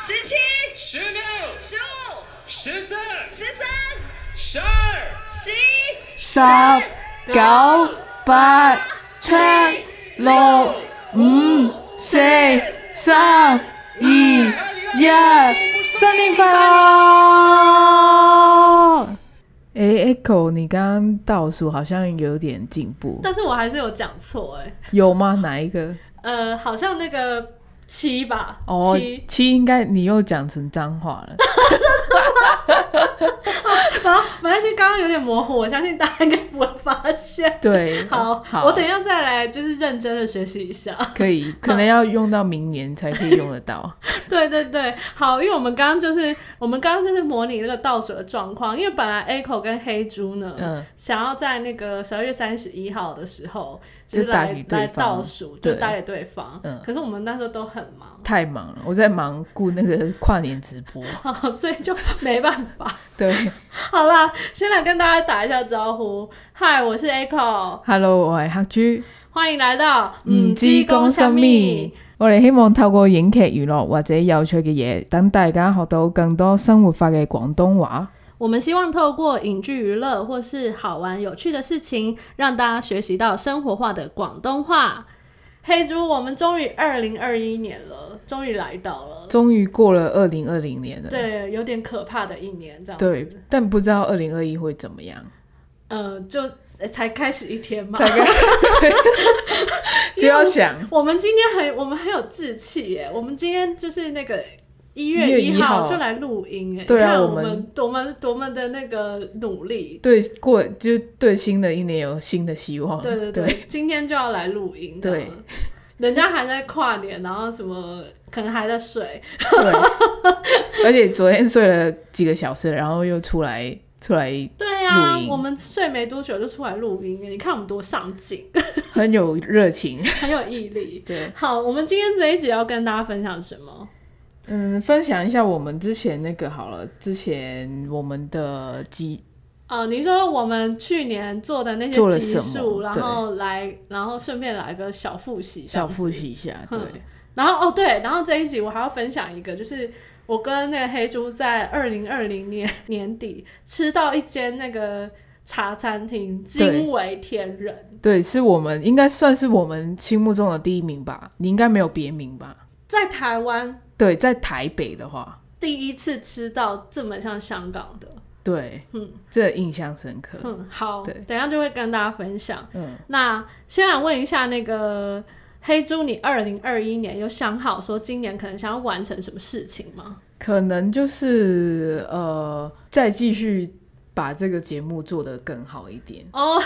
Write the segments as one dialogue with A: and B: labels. A: 十七、
B: 十六、
A: 十五、
B: 十四、
A: 十三、
B: 十二、
A: 十一、
C: 十、九、八、七、六、五、四、三、二、一，新年快乐！哎，Echo，你刚刚倒数好像有点进步，
D: 但是我还是有讲错哎，
C: 有吗？哪一个？
D: 呃，好像那个七吧，
C: 哦
D: 七，，
C: 七应该你又讲成脏 话了。
D: 然后没关系，刚刚有点模糊，我相信大家应该不会发现。
C: 对，
D: 好，
C: 好，
D: 我等一下再来，就是认真的学习一下。
C: 可以，可能要用到明年才可以用得到。
D: 对对对，好，因为我们刚刚就是我们刚刚就是模拟那个倒数的状况，因为本来 Echo 跟黑猪呢，
C: 嗯
D: 想要在那个十二月三十一号的时候，
C: 就是打
D: 来
C: 给对
D: 来
C: 方
D: 倒数，就
C: 对
D: 打给对方。
C: 嗯
D: 可是我们那时候都很忙，
C: 太忙了，我在忙顾那个跨年直播。
D: 好， 所以就没办法。
C: 对
D: 好啦，先来跟大家打一下招呼。嗨，我是 Echo，
C: ，Hello，我係黑豬，
D: 欢迎来到
C: 唔知講
D: 什
C: 什
D: 么。
C: 咪。我哋希望透過影劇娛樂或者有趣嘅嘢，等大家學到更多生活化嘅廣東話。
D: 我们希望透过影剧娱乐或是好玩有趣的事情，让大家学习到生活化的广东话。黑猪，我们终于二零二一年了，终于来到了。
C: 終於過了二零二零年了，
D: 对，有点可怕的一年，这样
C: 對
D: 子。，
C: 但不知道二零二一會怎麼樣。
D: 呃，就呃才开始一天嘛。
C: 大概就要想
D: 我们今天很，我们很有志气耶！我们今天就是那个一
C: 1月
D: 月一
C: 1号
D: 号就来录音耶，
C: 对啊
D: 你看我
C: 我们
D: 们多么多么的那个努力，
C: 对過，就是對新的一年有新的希望。
D: 对对对，今天就要来录音，
C: 哦对，
D: 人家还在跨年，然后什么可能还在睡，
C: 对， 而且昨天睡了几个小时，然后又出来出来，
D: 对呀、
C: 录音
D: 我们睡没多久就出来录音耶，你看我们多上进，
C: 很有热 情。
D: 很有毅力。
C: 对，
D: 好，我们今天这一集要跟大家分享什么？
C: 嗯，分享一下我们之前那个好了，之前我们的集
D: 呃，你说我们去年做的那
C: 做了
D: 些集
C: 什
D: 数，
C: 么
D: 然
C: 对
D: 后来，然后顺便来个小复习，
C: 小复。习一下，对
D: 嗯，然后哦，对，然后这一集我还要分享一个，就是我跟那个黑猪在二零二零年 年底吃到一间那个茶餐厅，惊为天人，
C: 对，是我们应该算是我们心目中的第一名吧，你应该没有别名吧？
D: 在台湾
C: 对，在台北的话，
D: 第一次吃到这么像香港的。
C: 对，
D: 嗯
C: 这印象深刻。
D: 嗯，好，
C: 对
D: 等一下就会跟大家分享。
C: 嗯，
D: 那先来问一下那个黑猪，你二零二一年有想好说今年可能想要完成什么事情吗？
C: 可能就是呃，再继续把这个节目做得更好一点。
D: 哦，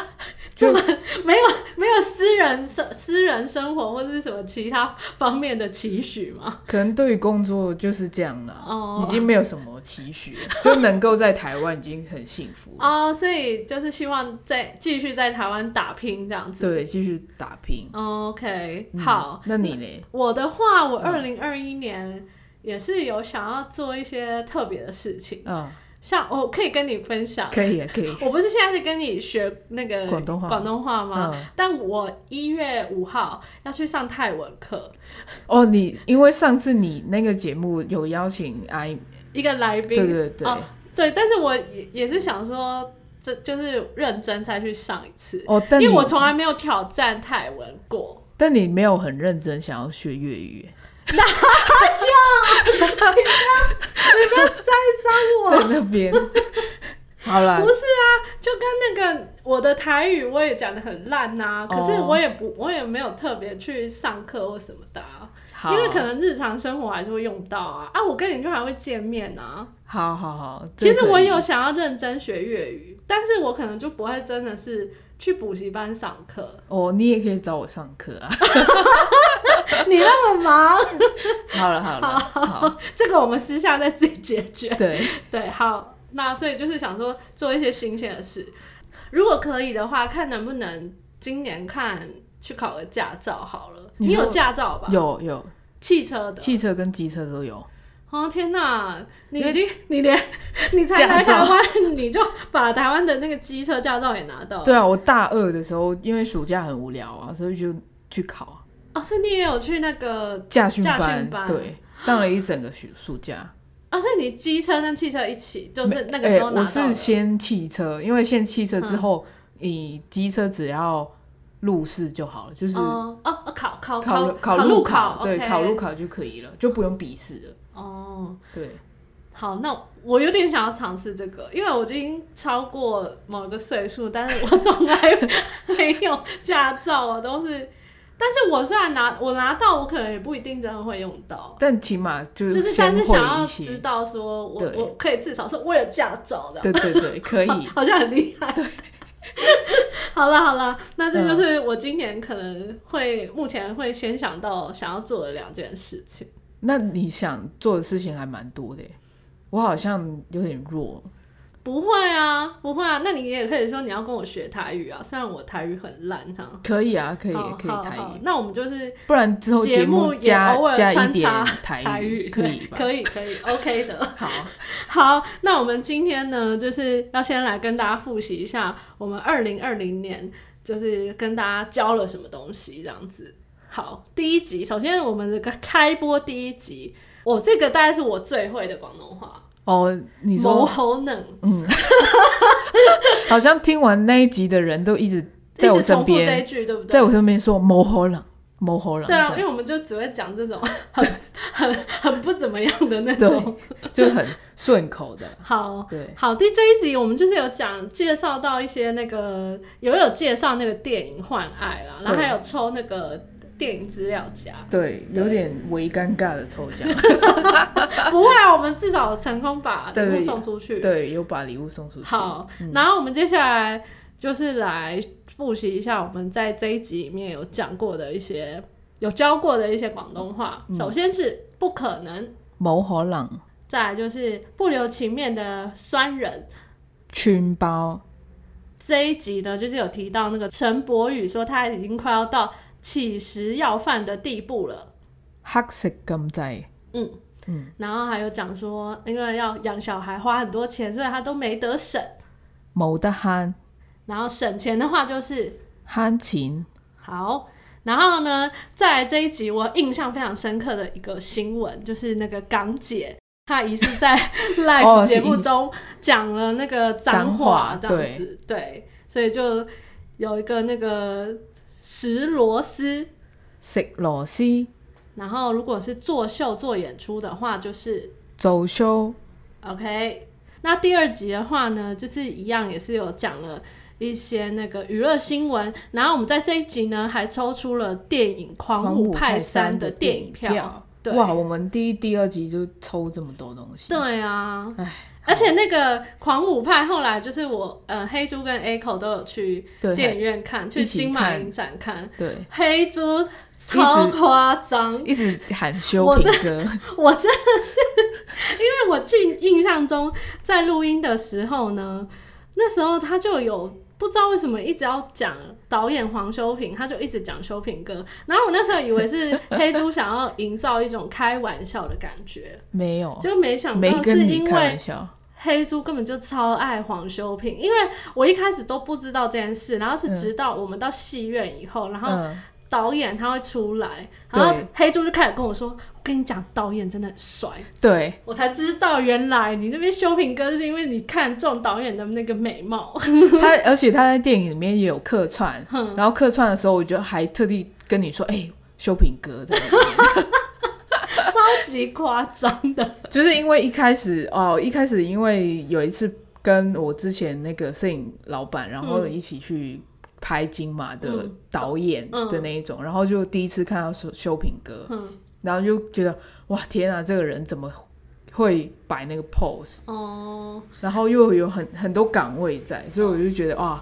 D: 这
C: 就
D: 么没有没有私人生私人生活或者是什么其他方面的期许吗？
C: 可能对于工作就是这样了，
D: 哦
C: 已经没有什么期许了，就能够在台湾已经很幸福了。
D: 哦，所以就是希望在继续在台湾打拼这样子。哦
C: 对，继续打拼。
D: ，OK，
C: 嗯
D: 好。
C: 那嗯你嘞？
D: 我的话，我二零二一年也是有想要做一些特别的事情，
C: 嗯，
D: 像我 可以跟你分享。
C: 可以啊，可以。
D: 我不是现在在跟你学那个
C: 广东话
D: 广东话吗？
C: 嗯
D: 但我一月五号要去上泰文课，
C: 哦，你因为上次你那个节目有邀请阿姨，
D: 一个来宾，
C: 对对对，
D: 哦对，但是我也也是想说，这就是认真再去上一次，
C: 哦，但
D: 因
C: 你
D: 为我从来没有挑战泰文过。
C: 但你没有很认真想要学 粤语，
D: 我
C: 在那边。好啦
D: 不，是啊，就跟那个我的台语我也讲的很烂呐、
C: 哦
D: 可是我也不我也没有特别去上课或什么的、啊，
C: 好，
D: 因为可能日常生活还是会用到啊。啊，我跟你就还会见面啊。
C: 好好好。
D: 其实
C: 这可以
D: 我有想要认真学粤语，但是我可能就不会真的是去补习班上课。
C: 哦，你也可以找我上课啊。
D: 你那么忙，
C: 好了好了，好，
D: 这个我们私下再自己解决。
C: 对，
D: 对，好，那所以就是想说做一些新鲜的事，如果可以的话，看能不能今年看去考个驾照好了。
C: 你
D: 你有
C: 说
D: 驾照吧？
C: 有有，
D: 汽车的。
C: 汽车跟机车都有。
D: 哦天哪，你
C: 因为
D: 已经你连你才
C: 驾
D: 来
C: 照
D: 台湾，你就把台湾的那个机车驾照也拿到了。
C: 对啊，我大二的时候，因为暑假很无聊啊，所以就去考
D: 哦，所以你也有去那个
C: 驾训
D: 驾训班
C: 对，上了一整个暑暑假。
D: 啊，所以你机车跟汽车一起，就是那个
C: 哎
D: 时候拿
C: 我
D: 到的、哦嗯
C: 是先汽车，因为先汽车之后，你机车只要入试就好了，就是
D: 哦哦哦考考
C: 考
D: 考
C: 路
D: 路
C: 考，对，
D: OK
C: 考路考就可以了，就不用笔试了。
D: 哦。
C: 对，
D: 好，那我有点想要尝试这个，因为我已经超过某一个岁数，但是我从来没有驾照啊，都是。但是我虽然拿我拿到，我可能也不一定真的会用到，
C: 但起码就
D: 就是
C: 先
D: 但是想
C: 会
D: 要
C: 一
D: 知
C: 些。
D: 道说我
C: 对
D: 我可以至少说我有驾照的，
C: 对对对，可以。
D: 好像很厉害。好了好了，那这
C: 嗯
D: 就是我今年可能会、目前会先想到想要做的两件事情。
C: 那你想做的事情还蛮多的耶，我好像有点弱。
D: 不会啊，不会啊，那你也可以说你要跟我学台语啊，虽然我台语很烂哈、啊。
C: 可以啊，可以
D: 好
C: 可以
D: 好
C: 台
D: 好
C: 语，
D: 那我们就是
C: 不然之后
D: 节
C: 目
D: 也
C: 加
D: 偶尔
C: 加一
D: 穿
C: 点
D: 插
C: 台
D: 语，
C: 可
D: 对
C: 以吧？
D: 可以，可以，OK 的。
C: 好，
D: 好，那我们今天呢，就是要先来跟大家复习一下我们二零二零年就是跟大家教了什么东西，这样子。好，第一集，首先我们这个开播第一集，我这个大概是我最会的广东话，
C: 哦，你
D: 某
C: 说嗯
D: 喉能，
C: 好像听完那一集的人都 一直在
D: 一
C: 我
D: 直重
C: 身
D: 复这一
C: 边，
D: 句，对不对？
C: 在我身边说某好冷，某好冷，
D: 对啊，
C: 这
D: 因为
C: 样
D: 我们就只会讲这种很 很很不怎么样的那
C: 对
D: 种。，
C: 就很顺口的，
D: 好，
C: 对，
D: 好，第这一集我们就是有讲介绍到一些那个有有介绍那个电影《换爱》啦，然后
C: 对
D: 还有抽那个电影资料 夹。
C: 对，有点微尴尬的 抽奖，
D: 不会啊，我们至少成功把
C: 对
D: 礼物送出去。
C: 对，嗯有把礼物送出去，
D: 好，然后我们接下来就是来复习一下我们在这一集里面有讲过的一些有教过的一些广东话。
C: 嗯
D: 首先是不可能，
C: 某好冷，
D: 再来就是不留情面的酸人，
C: 圈包，
D: 这一集呢，就是有提到那个陈柏宇说他已经快要到乞食要饭的地步了，
C: 黑色咁滞，
D: 然后还有讲说，因为要养小孩花很多钱，所以他都没得省。
C: 冇得悭，
D: 然后省钱的话就是
C: 悭钱。
D: 好。然后呢，在这一集我印象非常深刻的一个新闻，就是那个港姐，她疑似在
C: 哦
D: live 节目中讲了那个脏话，
C: 脏话
D: 这样子，对，所以就有一个那个石螺丝，
C: 食螺絲、
D: 然后如果是做秀做演出的话，就是
C: 做 show、
D: OK。那第二集的话呢，就是一样也是有讲了一些那个娱乐新闻，然后我们在这一集呢还抽出了电影《狂
C: 狂
D: 舞
C: 舞
D: 派
C: 派
D: 三》
C: 三
D: 的
C: 电
D: 电影票
C: 票。。
D: 对
C: 哇，我们第一、第二集就抽这么多东西。
D: 对啊
C: 唉，
D: 而且那个狂舞派后来就是我呃黑猪跟 Echo 都有去
C: 对
D: 电影院看，去
C: 一起
D: 金马
C: 看
D: 影展看，
C: 对，
D: 黑猪超夸张，
C: 一直喊修
D: 我
C: 平哥，
D: 我真的是，因为我记印象中在录音的时候呢，那时候他就有不知道为什么一直要讲导演黄修平，他就一直讲修平哥，然后我那时候以为是黑猪想要营造一种开玩笑的感觉，
C: 没有，
D: 就没想
C: 哦没
D: 到是
C: 跟你
D: 因
C: 开
D: 为
C: 玩笑。
D: 黑猪根本就超爱黄修平，因为我一开始都不知道这件事，然后是直到我们到戏院以后，然后
C: 嗯，
D: 导演他会出来，
C: 对
D: 然后黑猪就开始跟我说：“我跟你讲，导演真的很帅。”
C: 对，
D: 我才知道原来你那边修平哥就是因为你看中导演的那个美貌。
C: 他而且他在电影里面也有客串，然后客串的时候，我就还特地跟你说，哎、修平哥在那边，
D: 超级夸张的，
C: 就是因为一开始哦，一开始因为有一次跟我之前那个摄影老板，然
D: 嗯
C: 后一起去拍金马的导演
D: 嗯
C: 的那一种，然后就第一次看到修修平哥，
D: 嗯
C: 然后就觉得哇天啊，这个人怎么会摆那个 pose？
D: 哦、
C: 然后又有很很多岗位在，所以我就觉得哇，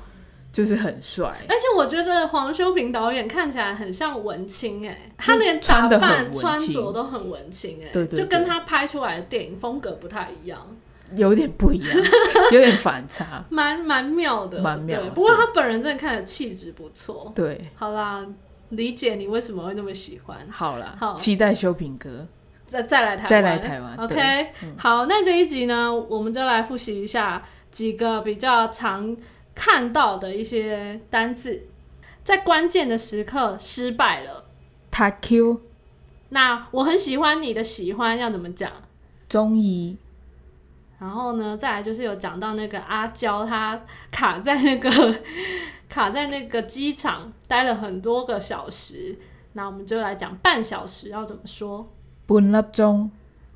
C: 就是很帅，
D: 而且我觉得黄修平导演看起来很像文青哎、他连打
C: 穿得很
D: 扮
C: 文青
D: 穿着都很文青哎、
C: 对对对
D: 就跟他拍出来的电影风格不太一样，
C: 有点不一 样，有点反差，
D: 蛮蛮妙的，
C: 蛮妙
D: 对
C: 的
D: 不过他本人真的看着气质不错。
C: 对。
D: 好啦，理解你为什么会那么喜欢。
C: 好啦，
D: 好
C: 期待修平哥。
D: 再再来台湾，
C: 再来台湾
D: OK，
C: 对、嗯
D: 好，那这一集呢，我们就来复习一下几个比较常看到的一些单字，在关键的时刻失败了，
C: 他 Q
D: 那我很喜欢你的喜欢要怎么讲？
C: 中医
D: 然后呢，再来就是有讲到那个阿娇，她卡在那个 卡在那个机场待了很多个小时，那我们就来讲半小时要怎么说。
C: 本粒钟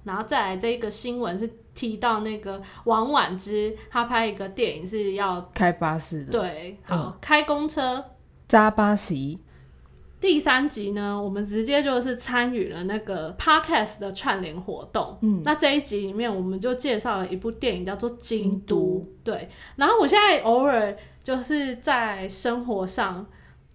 D: 然后再来这个新闻是提到那个王婉之，她拍一个电影是要
C: 开巴士的，
D: 对好、开公车。
C: 扎巴西
D: 第三集呢，我们直接就是参与了那个 podcast 的串联活动。
C: 嗯，
D: 那这一集里面，我们就介绍了一部电影，叫做《京都》
C: 京都
D: 对，然后我现在偶尔就是在生活上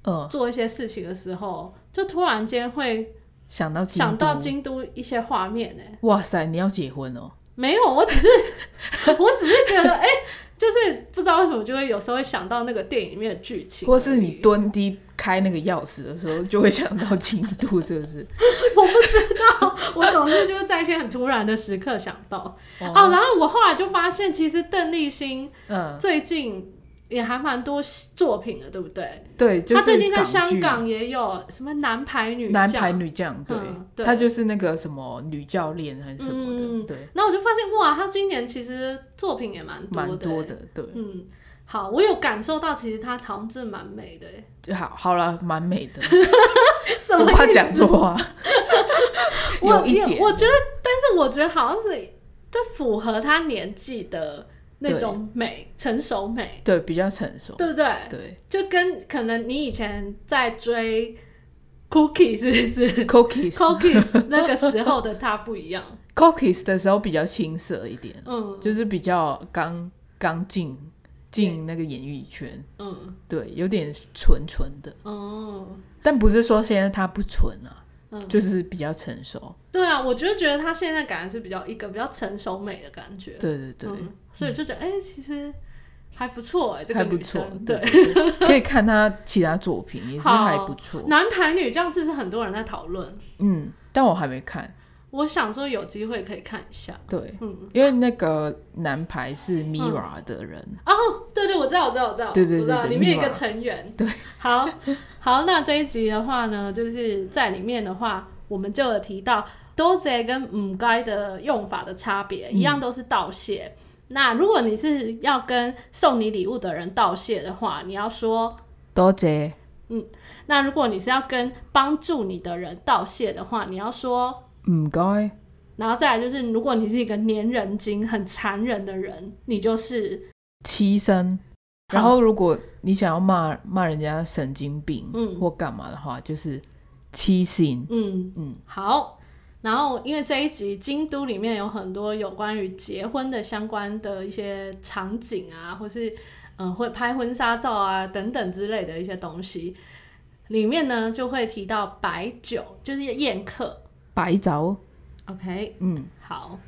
C: 呃，
D: 做一些事情的时候，就突然间会
C: 想到京
D: 想到
C: 都
D: 京都一些画面欸呢、
C: 哇塞，你要结婚哦？
D: 没有，我只是 我只是觉得，哎、就是不知道为什么，就会有时候会想到那个电影里面的剧情而已，
C: 或是你蹲低开那个钥匙的时候，就会想到京都，是不 是？
D: 我不知道，我总是就会在一些很突然的时刻想 到。哦，然后我后来就发现，其实邓丽欣
C: 嗯，
D: 最近也还蛮多作品的，对不对？
C: 对，就是
D: 她最近在香
C: 剧啊
D: 港也有什么男排女
C: 男
D: 将
C: 排。女将，对
D: 嗯，对
C: 她就是那个什么女教练还是什么
D: 嗯
C: 的，对，
D: 那我就发现哇，她今年其实作品也蛮多的，
C: 蛮多。的，对，
D: 嗯，好，我有感受到，其实她好像真的蛮美 的。哎
C: 就好好了，蛮美 的，
D: 什
C: 我
D: 么
C: 怕
D: 意思
C: 讲错话，
D: 我
C: 有一
D: 也
C: 点
D: 我觉得，但是我觉得好像是就符合她年纪的那种美，成熟美，
C: 对，比较成熟，
D: 对不对？
C: 对
D: 就跟可能你以前在追 Cookie 是不 是？
C: ，cookies
D: Cookies 那个时候的他不一样，
C: cookies 的时候比较青涩一点，
D: 嗯
C: 就是比较刚刚进进那个演艺圈，
D: 嗯
C: 对，有点纯纯的，
D: 哦，
C: 但不是说现在她不纯啊，
D: 嗯
C: 就是比较成熟，
D: 对啊，我就觉得他现在感觉是比较一个比较成熟美的感觉，
C: 对对对。
D: 嗯，所以就觉得哎、其实还不错哎、这个
C: 还不
D: 女
C: 错
D: 生，
C: 对
D: 对，
C: 对对可以看她其他作品，也是
D: 好
C: 还不错。
D: 男排女将是不是很多人在讨论？
C: 嗯，但我还没看。
D: 我想说有机会可以看一下，
C: 对，
D: 嗯，
C: 因为那个男排是 Mira 的人，
D: 哦，对对，我知道，我知道，我知道，
C: 对对
D: 我知道
C: 对对
D: 里面有一个
C: Mira
D: 成员，
C: 对，
D: 好好，那这一集的话呢，就是在里面的话，我们就有提到 “doze” 跟“唔该”的用法的差别，
C: 嗯
D: 一样都是道谢。那如果你是要跟送你礼物的人道谢的话，你要说；
C: 多谢
D: 那如果你是要跟帮助你的人道谢的话，你要说。
C: 唔该
D: 然后再来就是，如果你是一个粘人精、很残忍的人，你就是
C: 七声。
D: 好
C: 然后如果你想要骂骂人家神经病，
D: 嗯
C: 或干嘛的话，就是七星。
D: 嗯
C: 嗯，
D: 好，然后因为这一集京都里面有很多有关于结婚的相关的一些场景啊，或是嗯、呃会拍婚纱照啊等等之类的一些东西，里面呢就会提到白酒，就是宴客。
C: 白酒。
D: OK，
C: 嗯，
D: 好。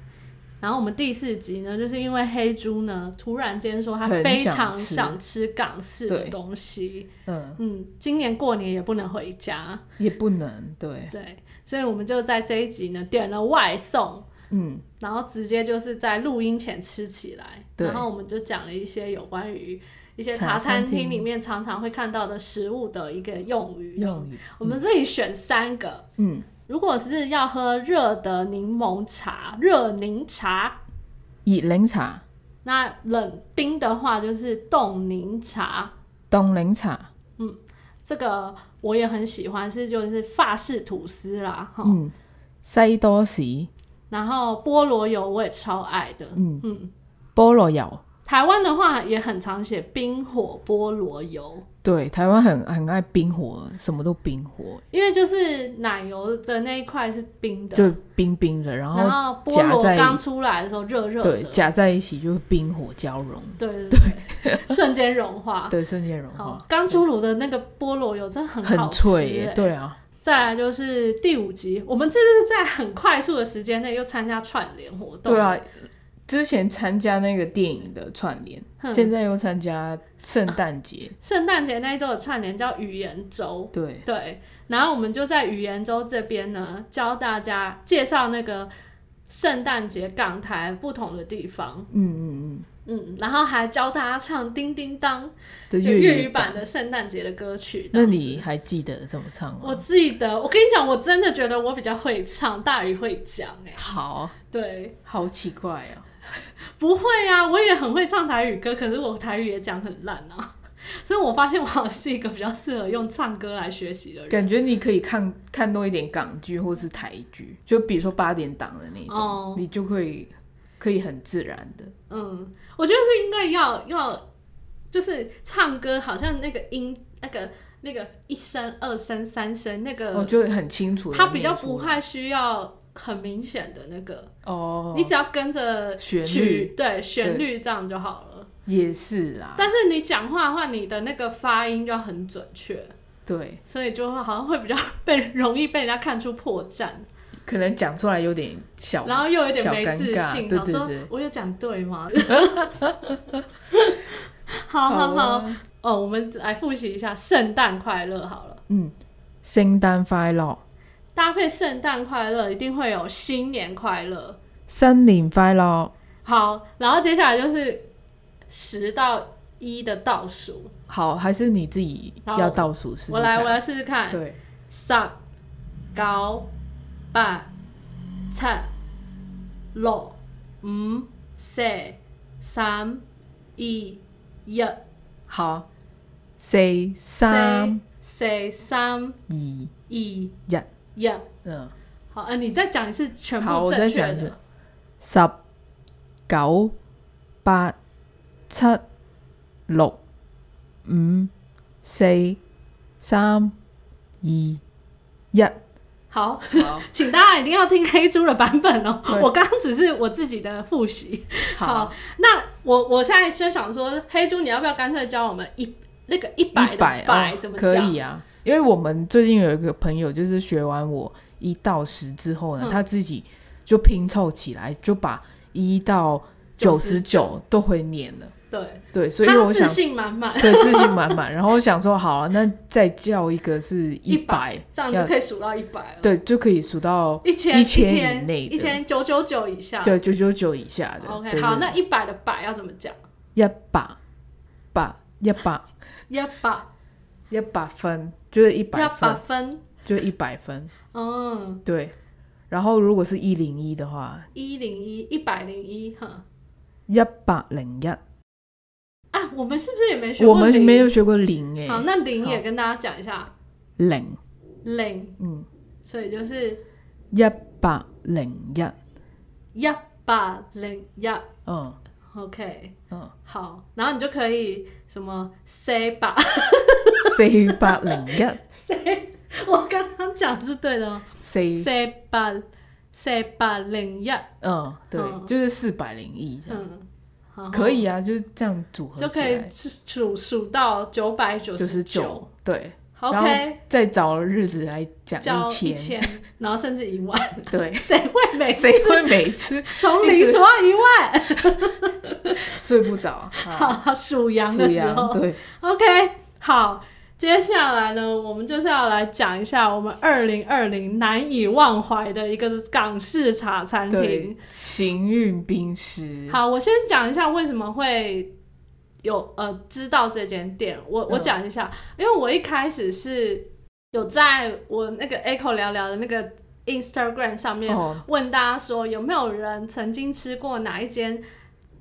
D: 然后我们第四集呢，就是因为黑猪呢突然间说他
C: 很
D: 非
C: 想
D: 常
C: 吃
D: 想吃港式的
C: 对
D: 东西，
C: 嗯，
D: 嗯，今年过年也不能回家，
C: 也不能对，
D: 对，所以我们就在这一集呢点了外送，
C: 嗯，
D: 然后直接就是在录音前吃起来。
C: 对
D: 然后我们就讲了一些有关于一些
C: 茶
D: 茶餐
C: 餐厅
D: 厅里面常常会看到的食物的一个用语。
C: 用语，
D: 我们这里选三个，
C: 嗯，
D: 如果是要喝热的柠檬茶、热柠茶，
C: 以零茶、
D: 那冷冰的话就是冻柠茶。
C: 冻零茶，
D: 这个我也很喜欢，是就是法式吐司啦，哈、
C: 嗯，西多士，
D: 然后菠萝油我也超爱的，
C: 嗯
D: 嗯，
C: 菠萝油。
D: 台湾的话也很常写冰火菠萝油，
C: 对，台湾很很爱冰火，什么都冰火，
D: 因为就是奶油的那一块是冰的，
C: 就冰冰的，然
D: 然
C: 后
D: 后菠
C: 夹
D: 萝
C: 在
D: 刚出来的时候热热的
C: 对，夹在一起就是冰火交融，
D: 对对对，瞬间融化。
C: 对，瞬间融
D: 好
C: 化，，
D: 刚出炉的那个菠萝油真的很好
C: 很
D: 吃、
C: 脆耶
D: 欸。
C: 对啊，
D: 再来就是第五集，我们这是在很快速的时间内又参加串联活动，
C: 对啊。之前参加那个电影的串联，
D: 哼
C: 现在又参加圣 诞节，
D: 圣诞节那一周的串联叫语言周，
C: 对，
D: 对，然后我们就在语言周这边呢，教大家介绍那个圣诞节港台不同的地方，
C: 嗯嗯嗯
D: 嗯，然后还教大家唱《叮叮当》
C: 的
D: 就粤语
C: 版
D: 版。的圣诞节的歌曲。这
C: 那
D: 样子
C: 你还记得怎么唱
D: 我
C: 吗？
D: 记得，我跟你讲，我真的觉得我比较会唱，大鱼会讲哎、
C: 好
D: 对，
C: 好奇怪
D: 哦
C: 啊！
D: 不会啊，我也很会唱台语歌，可是我台语也讲很烂啊， 所以我发现我好像是一个比较适合用唱歌来学习的人。
C: 感觉你可以看看多一点港剧或是台剧，就比如说八点档的那种，
D: 哦
C: 你就会可以很自然的。
D: 嗯，我觉得是因为要要，就是唱歌好像那个音那个那个一声、二声、三声那
C: 我
D: 个，
C: 哦就会很清楚地
D: 呃
C: 念
D: 它
C: 出来。
D: 比较不太需要很明显的那个，
C: 哦，
D: 你只要跟着
C: 旋律
D: 曲对旋律这样就好了。
C: 也是啦，
D: 但是你讲话的话，你的那个发音就要很准确，
C: 对，
D: 所以就会好像会比较被容易被人家看出破绽，
C: 可能讲出来有点小，
D: 然后又有点
C: 小
D: 没
C: 尴
D: 自
C: 尬
D: 信，
C: 对
D: 然后说
C: 对对
D: 我有讲对 吗？ 好好好，
C: 啊
D: 哦，我们来复习一下圣诞快乐好了。
C: 嗯，圣诞快乐，
D: 搭配圣诞快乐，一定会有新年快乐。
C: 新年快乐，
D: 好，然后接下来就是十到一的倒数，
C: 好，还是你自己
D: 好
C: 要倒数试试
D: 我来，
C: 看
D: 我来试试看。
C: 对，
D: 十、九、八、七、六、五、四、三、二、一。
C: 好，四三
D: 四、三、
C: 二一，
D: 一、一。
C: 嗯，
D: 好，呃，你再讲一次全
C: 好，
D: 部
C: 我再
D: 正确
C: 讲一
D: 的
C: 次。，十九八七六五四三二一，
D: 好， 请大家一定要听黑猪的版本哦
C: 对。
D: 我刚刚只是我自己的复习。
C: 好，
D: 那我我现在就想说，黑猪，你要不要干脆教我们一那个一百
C: 一
D: 的
C: 百
D: 百
C: 哦
D: 怎么
C: 可
D: 讲？
C: 以啊？因为我们最近有一个朋友，就是学完我一到十之后呢，
D: 嗯
C: 他自己就拼凑起来，就把一到九十九都会念了。
D: 对，
C: 对，所以
D: 他
C: 我
D: 自
C: 想
D: 信满满，
C: 对自信满满，然后我想说好、啊，那再叫一个是一百，
D: 这样
C: 要
D: 就可以数到一百了。，
C: 对就可以数到
D: 一千
C: 一
D: 千
C: 千以内的，
D: 一千九九九以下。
C: 对九九九以下的。
D: ，OK，
C: 对
D: 好，
C: 对
D: 那一百的百要怎么讲？
C: 一百百一百
D: 一百
C: 一百分就是一
D: 一
C: 百
D: 百
C: 分，
D: 分，
C: 就一百分。
D: 嗯，
C: 对，然后如果是一零一的话，
D: 一零一，一百零一，哈。
C: 一百零一，
D: 啊，我们是不是也没学过
C: 我
D: 零？啊
C: 们没有学过零
D: 好，
C: 诶，
D: 那零也
C: 好
D: 跟大家讲一下，
C: 零，
D: 零，
C: 嗯，
D: 所以就是
C: 一百零一，
D: 一八零一
C: 嗯
D: ，OK，
C: 嗯，
D: 好，然后你就可以什么 C 吧
C: 四百零一，
D: C，我刚刚讲是对的哦
C: 四，
D: ，C 八 C 八零一，
C: 嗯，对
D: 嗯，
C: 就是四百零一这样，
D: 嗯，然后
C: 可以啊，就是这样组合
D: 就
C: 起
D: 可以
C: 来，
D: 数数到九百九
C: 九十
D: 九
C: 九，对，然后
D: ，OK，
C: 再找日子来讲
D: 交一
C: 千，
D: 千，然后甚至一万，，
C: 对
D: 谁会每次
C: 谁会每次
D: 从
C: 一
D: 零
C: 直
D: 数到一万？
C: 睡不着？啊 好
D: 好，数羊的
C: 属
D: 时
C: 羊
D: 候。
C: 啊对，
D: OK，好，接下来呢，我们就是要来讲一下我们二零二零难以忘怀的一个港式茶餐厅
C: 对。，行运冰师，
D: 好，我先讲一下为什么会有呃知道这间店。我我
C: 嗯
D: 讲一下，因为我一开始是有在我那个 Echo 聊聊的那个 Instagram 上面
C: 哦，
D: 问大家说有没有人曾经吃过哪一间，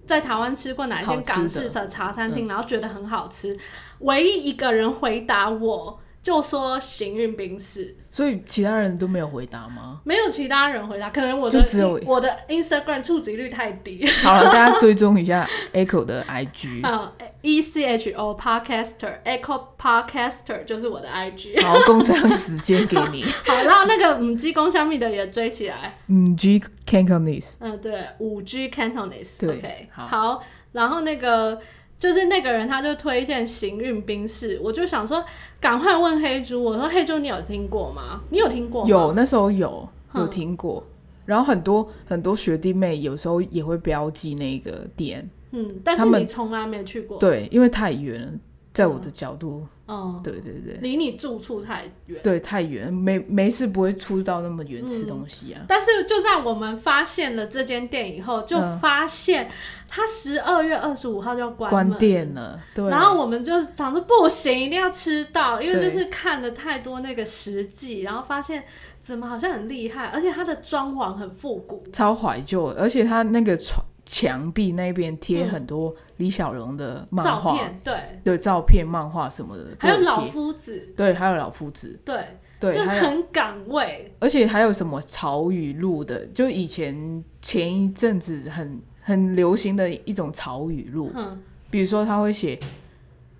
D: 在台湾吃过哪一
C: 好
D: 间
C: 吃的嗯
D: 港式的茶餐厅，然后觉得很好吃。唯一一个人回答我就说行运冰室，
C: 所以其他人都没有回答吗？
D: 没有其他人回答，可能我的
C: 就只有
D: 我的 Instagram 触及率太低。
C: 好了，大家追踪一下 Echo 的 IG，
D: 嗯，E C H O Podcaster Echo Podcaster 就是我的 IG。
C: 好，工商时间给 你。
D: 好，然后那个母鸡公虾米的也追起来。
C: 嗯，G Cantonese，
D: 嗯，对，五 G Cantonese，
C: 对
D: o k
C: 好
D: 然后那个就是那个人他就推荐行运冰室，我就想说赶快问黑猪，我说黑猪你有听过吗？你有听过吗？
C: 有那时候有
D: 哼
C: 有听过，然后很多很多学弟妹有时候也会标记那个店，
D: 嗯，但是
C: 他们
D: 你从来没去过，
C: 对，因为太远了，在我的角度，
D: 嗯，
C: 对对对
D: 离你住处太远。
C: 对，太远，没没事不会出到那么远吃东西啊。
D: 但是就在我们发现了这间店以后，就
C: 嗯
D: 发现它十二月二十五号就要嗯关门
C: 关店了，对。啊
D: 然后我们就想说不行，一定要吃到，因为
C: 对
D: 就是看了太多那个实际，然后发现怎么好像很厉害，而且它的装潢很复古，
C: 超怀旧的，而且他那个床墙壁那边贴很多李小龙的
D: 嗯
C: 漫
D: 照
C: 画，
D: 片对，
C: 对照片、漫画什么的，
D: 还有
C: 都贴
D: 老夫子，
C: 对，还有老夫子，
D: 对，
C: 对，
D: 就
C: 还有
D: 很港味，
C: 而且还有什么潮语录的，就以前前一阵子很很流行的一种潮语录，
D: 哼
C: 比如说他会写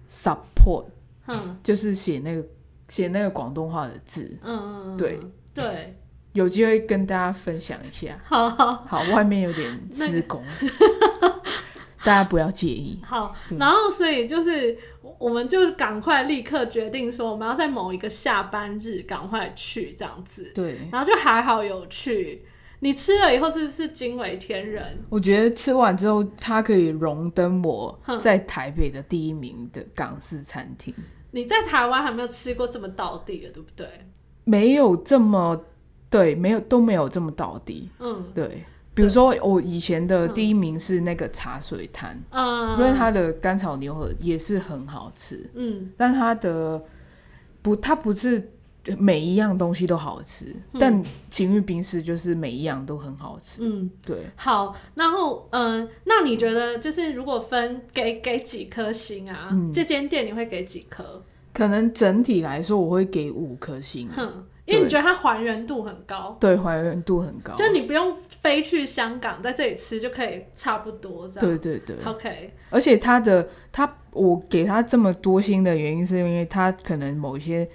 C: support，
D: 哼，
C: 就是写那个写那个广东话的字，
D: 嗯嗯，嗯
C: 对
D: 对，
C: 有机会跟大家分享一下。
D: 好好
C: 好，外面有点施工， 大家不要介意。
D: 好，
C: 嗯
D: 然后所以就是我们就赶快立刻决定说，我们要在某一个下班日赶快去这样子，
C: 对，
D: 然后就还好有去。你吃了以后是不是惊为天人？
C: 我觉得吃完之后，它可以荣登我
D: 哼
C: 在台北的第一名的港式餐厅，
D: 你在台湾还没有吃过这么道地的，对不对？
C: 没有这么对，没有都没有这么到底。
D: 嗯
C: 对，比如说我以前的第一名是那个茶水摊，因为
D: 嗯
C: 它的干炒牛河也是很好吃，
D: 嗯
C: 但它的不，它不是每一样东西都好吃，但情欲冰室就是每一样都很好吃。
D: 嗯，
C: 对，
D: 好。然后嗯，那你觉得就是如果分给给几颗星啊？这间店你会给几颗？
C: 可能整体来说我会给五颗星，
D: 哼，因为你觉得它还原度很高，
C: 对，还原度很高。
D: 就你不用飞去香港，在这里吃就可以差不多这
C: 对
D: 样。
C: 对对，
D: OK，
C: 而且它的它，我给它这么多星的原因，是因为它可能某一些，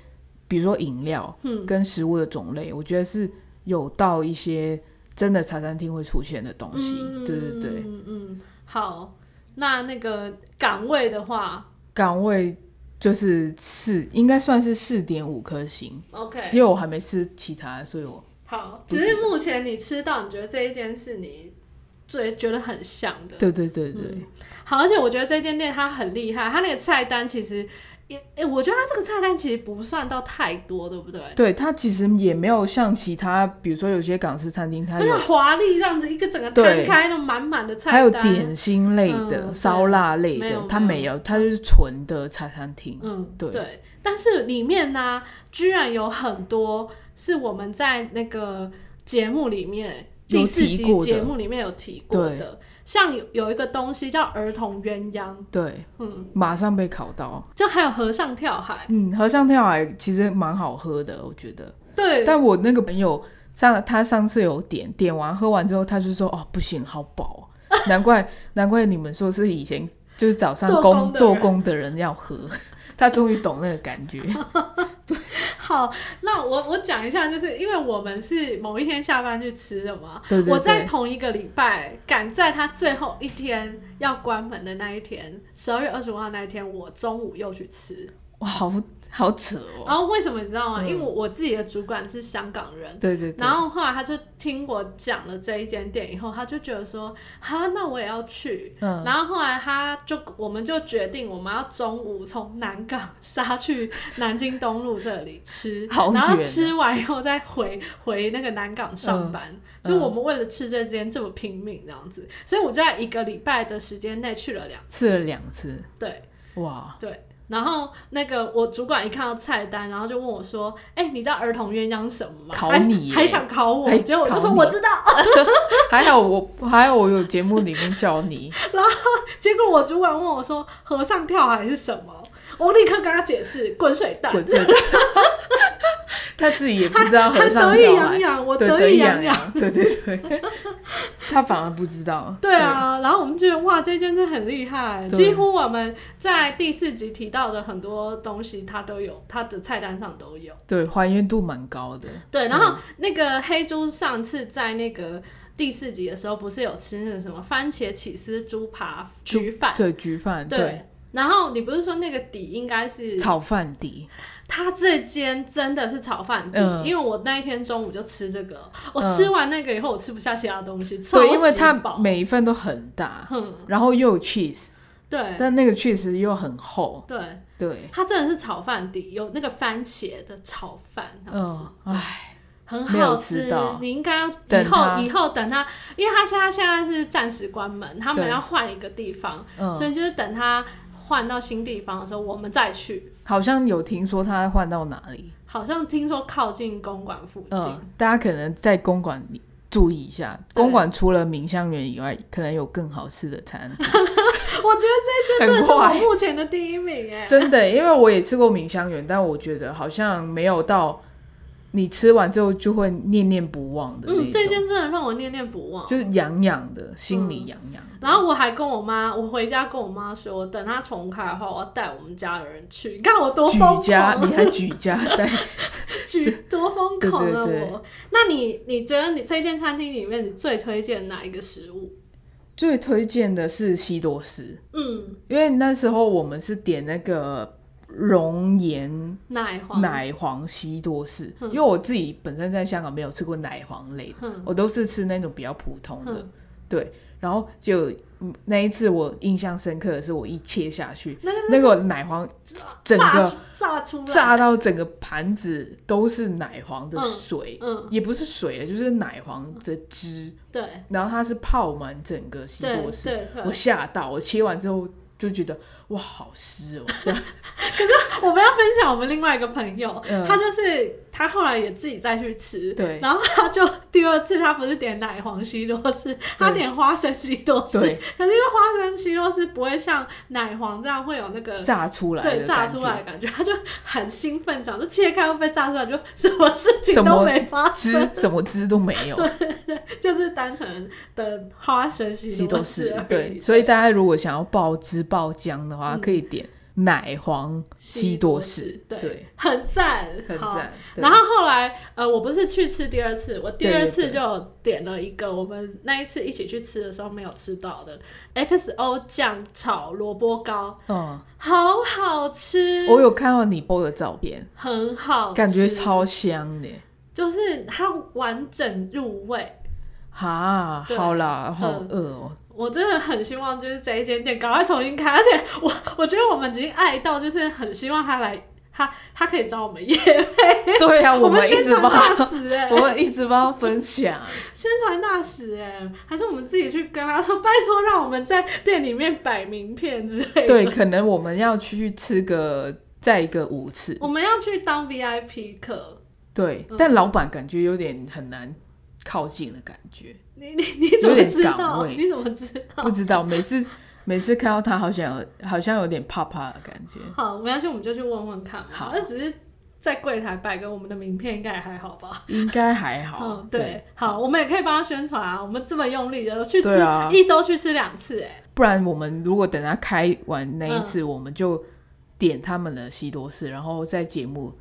C: 比如说饮料
D: 嗯
C: 跟食物的种类，我觉得是有到一些真的茶餐厅会出现的东西。对对对，
D: 嗯嗯，好。那那个岗位的话
C: 岗位就是四，应该算是四点五颗星，
D: ，OK，
C: 因为我还没吃其他，所以我
D: 好，
C: 不
D: 只
C: 记
D: 是目前你吃到，你觉得这一间是你最觉得很像的。
C: 对对对对，
D: 嗯好，而且我觉得这间店它很厉害，它那个菜单其实也，诶我觉得它这个菜单其实不算到太多，对不对？
C: 对它其实也没有像其他，比如说有些港式餐厅，它
D: 它就
C: 有
D: 华丽这样子，一个整个摊
C: 对
D: 开了满满的菜单，
C: 还有点心类
D: 嗯
C: 的、烧腊类
D: 没有
C: 的，它
D: 没
C: 没
D: 有
C: 有，它就是纯的茶餐厅。
D: 嗯，
C: 对
D: 对，但是里面呢、居然有很多是我们在那个节目里面
C: 有
D: 第四
C: 提
D: 集
C: 过的
D: 节目里面有提过
C: 对
D: 的，像有有一个东西叫儿童鸳鸯，
C: 对，
D: 嗯，
C: 马上被考到。
D: 就还有和尚跳海，
C: 嗯，和尚跳海其实蛮好喝的，我觉得。
D: 对，
C: 但我那个朋友上他上次有点点完喝完之后，他就说哦不行，好饱 哦，难怪难怪你们说是以前就是早上
D: 做工
C: 工
D: 的
C: 做
D: 人
C: 工的人要喝， 他终于懂那个感觉。
D: 好，那我我讲一下，就是因为我们是某一天下班去吃的嘛，
C: 对对对
D: 我在同一个礼拜赶在他最后一天要关门的那一天，十二月二十五号那一天，我中午又去吃。
C: 哇，好好扯哦。
D: 然后为什么你知道
C: 嗯
D: 吗？因为我我自己的主管是香港人，
C: 对对对
D: 然，后后来他就听我讲了这一间店以后，他就觉得说，哈，那我也要去。
C: 嗯
D: 然后后来他就，我们就决定我们要中午从南港杀去 南京东路这里吃，
C: 好
D: 然后
C: 远啊
D: 吃完以后再回回那个南港上班。
C: 嗯
D: 就我们为了吃这间这么拼命这样子，所以我在一个礼拜的时间内去了两
C: 吃了两次，
D: 对。
C: 哇，
D: 对，然后那个我主管一看到菜单，然后就问我说：“哎、你知道儿童鸳鸯什么吗？”
C: 考
D: 还
C: 你耶
D: 还想考我，
C: 还
D: 结果我就
C: 考
D: 说
C: 你
D: 我知道。
C: 还好我还好我有节目里面教 你，
D: 结果我主管问我说：“和尚跳海是什么？”我立刻跟他解释：“滚水蛋。
C: 滚水蛋。他自己也不知道和
D: 他
C: 尚
D: 得意
C: 跳
D: 洋
C: 海
D: 洋，我
C: 对
D: 得
C: 得
D: 意洋
C: 洋
D: 洋。，
C: 对对对， 他反而不知道。
D: 对啊，然后我们觉得哇，这间真的很厉害，
C: 对
D: 几乎我们在第四集提到的很多东西，它都有，它的菜单上都有。
C: 对，对，还原度蛮高的。
D: 对，然
C: 嗯
D: 后那个黑猪上次在那个第四集的时候，不是有吃那个什么番茄起司猪扒焗饭？
C: 对，焗饭，
D: 对。
C: 对，
D: 然后你不是说那个底应该是
C: 炒饭底，
D: 它这间真的是炒饭底，
C: 嗯
D: 因为我那一天中午就吃这个，我
C: 嗯
D: 吃完那个以后我吃不下其他东西，超
C: 对，因为
D: 级
C: 它
D: 饱嗯
C: 每一份都很大，
D: 哼，
C: 然后又有 cheese，
D: 对
C: 但那个确实又很厚，
D: 对，
C: 对，
D: 它真的是炒饭底，有那个番茄的炒饭，这样子，
C: 嗯，唉，
D: 很
C: 没有
D: 好
C: 吃
D: 吃
C: 到。
D: 你应该要以
C: 等
D: 后
C: 它
D: 以后等它，因为它现在现在是暂时关门，他们
C: 对
D: 要换一个地方，所
C: 嗯，
D: 以就是等它换到新地方的时候，我们再去。
C: 好像有听说他换到哪里，
D: 好像听说靠近公馆附近，
C: 嗯，大家可能在公馆里注意一下，
D: 对
C: 公馆除了明香园以外，可能有更好吃的餐，
D: 我觉得这一间真的是
C: 很
D: 我
C: 坏
D: 目前的第一名哎、
C: 真的，因为我也吃过明香园，但我觉得好像没有到你吃完之后就会念念不忘的那
D: 嗯，
C: 种，
D: 这间真的让我念念不忘。
C: 就是痒痒的，心里痒痒。
D: 然后我还跟我妈，我回家跟我妈说，等她重开的话，我要带我们家的人去。你看我多
C: 举
D: 疯狂，啊
C: 家，你还举家带？
D: 举多疯狂啊！我。
C: 对对对
D: 那你你觉得你这间餐厅里面，你最推荐哪一个食物？
C: 最推荐的是西多士，
D: 嗯，
C: 因为那时候我们是点那个熔岩
D: 奶黄。
C: 奶黄西多士，因为我自己本身在香港没有吃过奶黄类的，
D: 嗯
C: 我都是吃那种比较普通的
D: 嗯。
C: 对，然后就嗯那一次我印象深刻的是，我一切下去，
D: 那个
C: 那个奶黄整
D: 炸
C: 个
D: 出炸出来，
C: 炸到整个盘子都是奶黄的
D: 嗯
C: 水，
D: 嗯，
C: 也不是水了，啊就是奶黄的汁，
D: 对
C: 然后它是泡满整个西
D: 对
C: 多
D: 对
C: 士，
D: 对，
C: 我吓到，我切完之后就觉得哇，好湿哦，这样
D: 我们要分享我们另外一个朋友，
C: 嗯
D: 他就是他后来也自己再去吃，
C: 对
D: 然后他就第二次他不是点奶黄西多士，他点花生西多士，
C: 对
D: 可是因为花生西多士不会像奶黄这样会 有那个。
C: 炸出来
D: 对，
C: 的
D: 炸
C: 感
D: 出
C: 觉，
D: 来的感觉，他就很兴奋，讲说切开会被炸出来，就什么事情
C: 什
D: 都
C: 么
D: 没发生
C: 汁，什么汁都没有，
D: 就是单纯的花生西
C: 西多
D: 士
C: 士
D: 而已。
C: 对，所以大家如果想要爆汁爆浆的
D: 嗯
C: 话，可以点奶黄西多士，
D: 对，
C: 对，
D: 很赞，
C: 很
D: 好
C: 赞。对
D: 然后后来，呃，我不是去吃第二次，我第
C: 对对
D: 二次
C: 对
D: 就有点了一个我们那一次一起去吃的时候没有吃到的 XO 酱炒萝卜糕，
C: 嗯，
D: 好好吃，
C: 我有看到你播的照片，
D: 很好吃，
C: 感觉超香的。
D: 就是它完整入味。
C: 哈，
D: 对
C: 好啦，好
D: 嗯
C: 饿哦。
D: 我真的很希望就是这一间店赶快重新开，而且我我觉得我们已经爱到，就是很希望他来，他他可以找我们耶，
C: 对 呀，
D: 我
C: 们一
D: 宣
C: 直
D: 传
C: 帮
D: 大
C: 他，
D: 使哎、
C: 我们一直帮他分享。
D: 宣传大使哎，还是我们自己去跟他说，拜托让我们在店里面摆名片之类的。
C: 对，，可能我们要去吃个再一个五次。
D: 我们要去当 VIP 客。
C: 对
D: 嗯，
C: 但老板感觉有点很难靠近的感觉，
D: 你你你怎么知
C: 有点岗
D: 道？
C: 位
D: 你怎么知
C: 不
D: 道？
C: 知道每次。每次看到他，好像有好像有点怕怕的感觉。
D: 好，没关系，我们就去问问看嘛。
C: 好
D: 那只是在柜台摆个我们的名片，应该也还好吧？
C: 应该还好
D: 嗯，。对，好，我们也可以帮他宣传啊。我们这么用力的去吃，
C: 对啊
D: 一周去吃两次，哎，
C: 不然我们如果等他开完那
D: 嗯
C: 一次，我们就点他们的西多士，然后在节目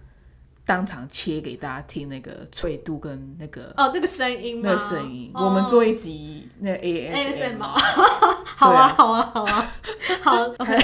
C: 当场切给大家听那个脆度跟那个
D: 哦，那个声音吗？
C: 那个声音。
D: 哦
C: 我们做一集那
D: ASM
C: ASM，
D: r 好啊，
C: 啊
D: 好啊，好啊，好，OK，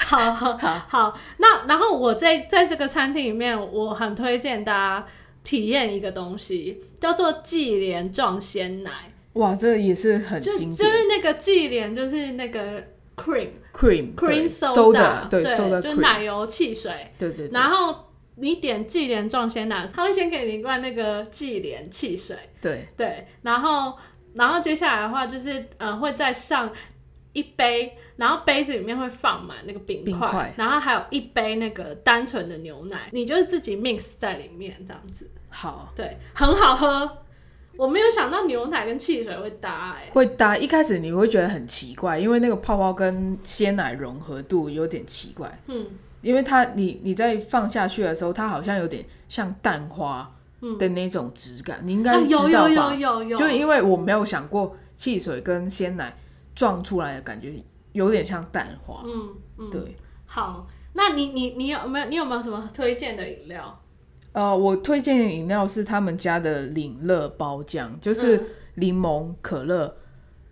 D: 好好好。那然后我在在这个餐厅里面，我很推荐大家体验一个东西，叫做忌廉撞鲜奶，
C: 哇，这也是很
D: 就
C: 经
D: 就
C: 典。
D: 是那个忌廉，就是那个 cream
C: cream
D: cream
C: 对
D: soda，
C: soda 对 soda
D: 就是奶
C: cream，
D: 油汽水。
C: 对对对
D: 然后你点忌廉撞鲜奶，他会先给你一罐那个忌廉汽水。
C: 对
D: 对，然后然后接下来的话就是呃会再上一杯，然后杯子里面会放满那个冰块，
C: 冰块
D: 然后还有一杯那个单纯的牛奶，你就是自己 mix 在里面这样子，
C: 好。
D: 对，很好喝。我没有想到牛奶跟汽水会搭、欸，
C: 会搭一开始你会觉得很奇怪，因为那个泡泡跟鲜奶融合度有点奇怪，
D: 嗯
C: 因为它你你在放下去的时候，它好像有点像蛋花
D: 嗯，
C: 的那种质感，你应
D: 啊
C: 该知
D: 有
C: 道
D: 有有
C: 吧？
D: 有有，
C: 就因为我没有想过汽水跟鲜奶撞出来的感觉有点像蛋花，
D: 嗯嗯，
C: 对。
D: 好，那你你你有没有你有没有什么推荐的饮料？
C: 呃，我推荐的饮料是他们家的领乐包浆，
D: 嗯
C: 就是柠檬可乐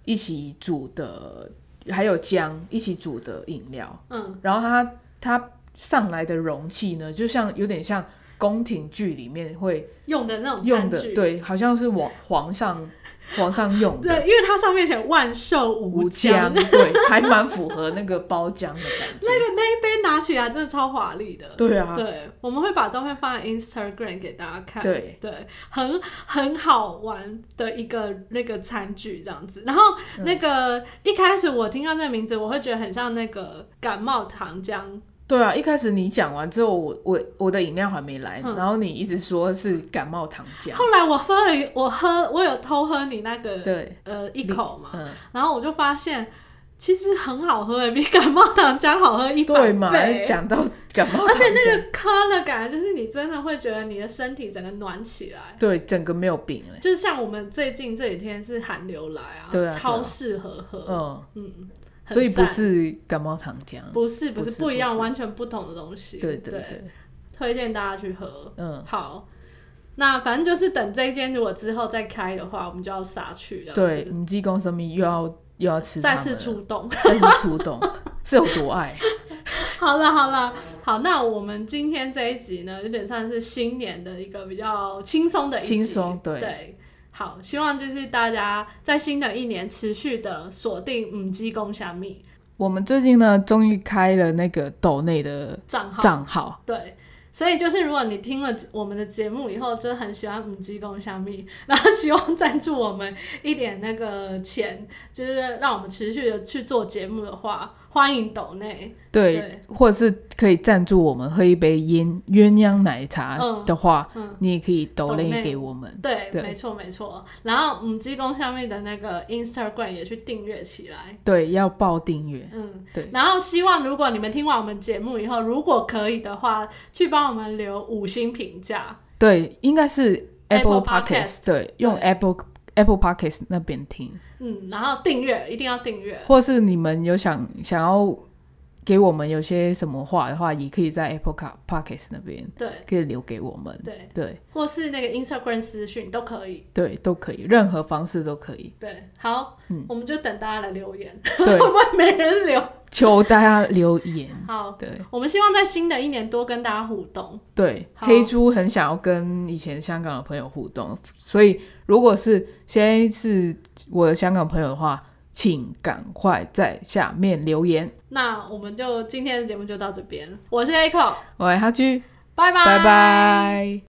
C: 一起煮的，还有姜一起煮的饮料。
D: 嗯
C: 然后它它上来的容器呢，就像有点像宫廷剧里面会
D: 哦用的那种餐
C: 用的
D: 具，
C: 对，好像是王皇上往上用
D: 对，
C: 的
D: 因为它上面写万寿无
C: 无
D: 疆
C: 浆，，对，还蛮符合那个包浆的感 觉。
D: 那个那一杯拿起来真的超华丽的。
C: 对啊，
D: 对，我们会把照片放在 Instagram 给大家看。
C: 对
D: 很很好玩的一个那个餐具这样子。然后那个、
C: 嗯
D: 一开始我听到那个名字，我会觉得很像那个感冒糖浆，
C: 对啊，一开始你讲完之后，我我我的饮料还没来，
D: 嗯
C: 然后你一直说是感冒糖浆，
D: 后来我喝了，我喝我有偷喝你那个
C: 对，
D: 呃一口嘛，
C: 嗯，
D: 然后我就发现其实很好喝欸 诶，比感冒糖浆好喝一百倍。
C: 对嘛，讲到感冒糖浆，
D: 而且那个 color 感，就是你真的会觉得你的身体整个暖起来。
C: 对整个没有饼哎、
D: 就是像我们最近这几天是寒流来啊，
C: 对啊对啊
D: 超适合喝，
C: 嗯，
D: 嗯，很
C: 所以不
D: 赞
C: 是感冒糖浆，
D: 不是不
C: 不
D: 是
C: 是
D: 不一
C: 不
D: 样，
C: 是
D: 完全不同的东西，
C: 对
D: 对
C: 对对，
D: 推荐大家去喝。
C: 嗯，
D: 好，那反正就是等这一间如果之后再开的话，我们就要杀去这样
C: 对，
D: 子，
C: 你济公生命又要又要吃它
D: 再
C: 们了，
D: 次出 动。
C: 再次出动，是有多爱？
D: 好了好了，好，那我们今天这一集呢，有点像是新年的一个比较轻松的一集，
C: 轻松对
D: 对。好，希望就是大家在新的一年持续的锁定母鸡公虾米
C: 我们最近呢，终于开了那个抖内的
D: 账号，
C: 账号，
D: 对，所以就是如果你听了我们的节目以后，就是很喜欢母鸡公虾米， 然后希望赞助我们一点那个钱，就是让我们持续的去做节目的话，欢迎抖内。
C: 对，
D: 对
C: 或者是可以赞助我们喝一杯鸳鸳鸯奶茶
D: 嗯
C: 的话，
D: 嗯，
C: 你也可以抖
D: 抖内
C: 内给我们。
D: 对，
C: 对
D: 没错没错。然后母鸡公虾米的那个 Instagram 也去订阅起来。
C: 对，要报订阅。
D: 嗯，
C: 对
D: 然后希望如果你们听完我们节目以后，如果可以的话，去帮我们留五星评价。
C: 对，应该是
D: Apple
C: Apple Podcast，对，用
D: 对
C: Apple Apple Podcast 那边听，
D: 嗯，然后订阅一定要订阅。
C: 或是你们有想想要给我们有些什么话的话，也可以在 Apple Ca- Podcast 那边
D: 对
C: 可以留给我们。
D: 对，
C: 对
D: 或是那个 Instagram 私讯都可以。
C: 对，都可以，任何方式都可以。
D: 对，好，
C: 嗯
D: 我们就等大家来留言，
C: 对，
D: 会不会没人留？
C: 求大家留言。
D: 好，
C: 对
D: 我们希望在新的一年多跟大家互动。
C: 对，
D: 好
C: 黑猪很想要跟以前香港的朋友互动，所以如果是现在是我的香港朋友的话，请赶快在下面留言。
D: 那我们就今天的节目就到这边，我是 Echo，
C: 我爱哈居，
D: 拜拜
C: 拜拜。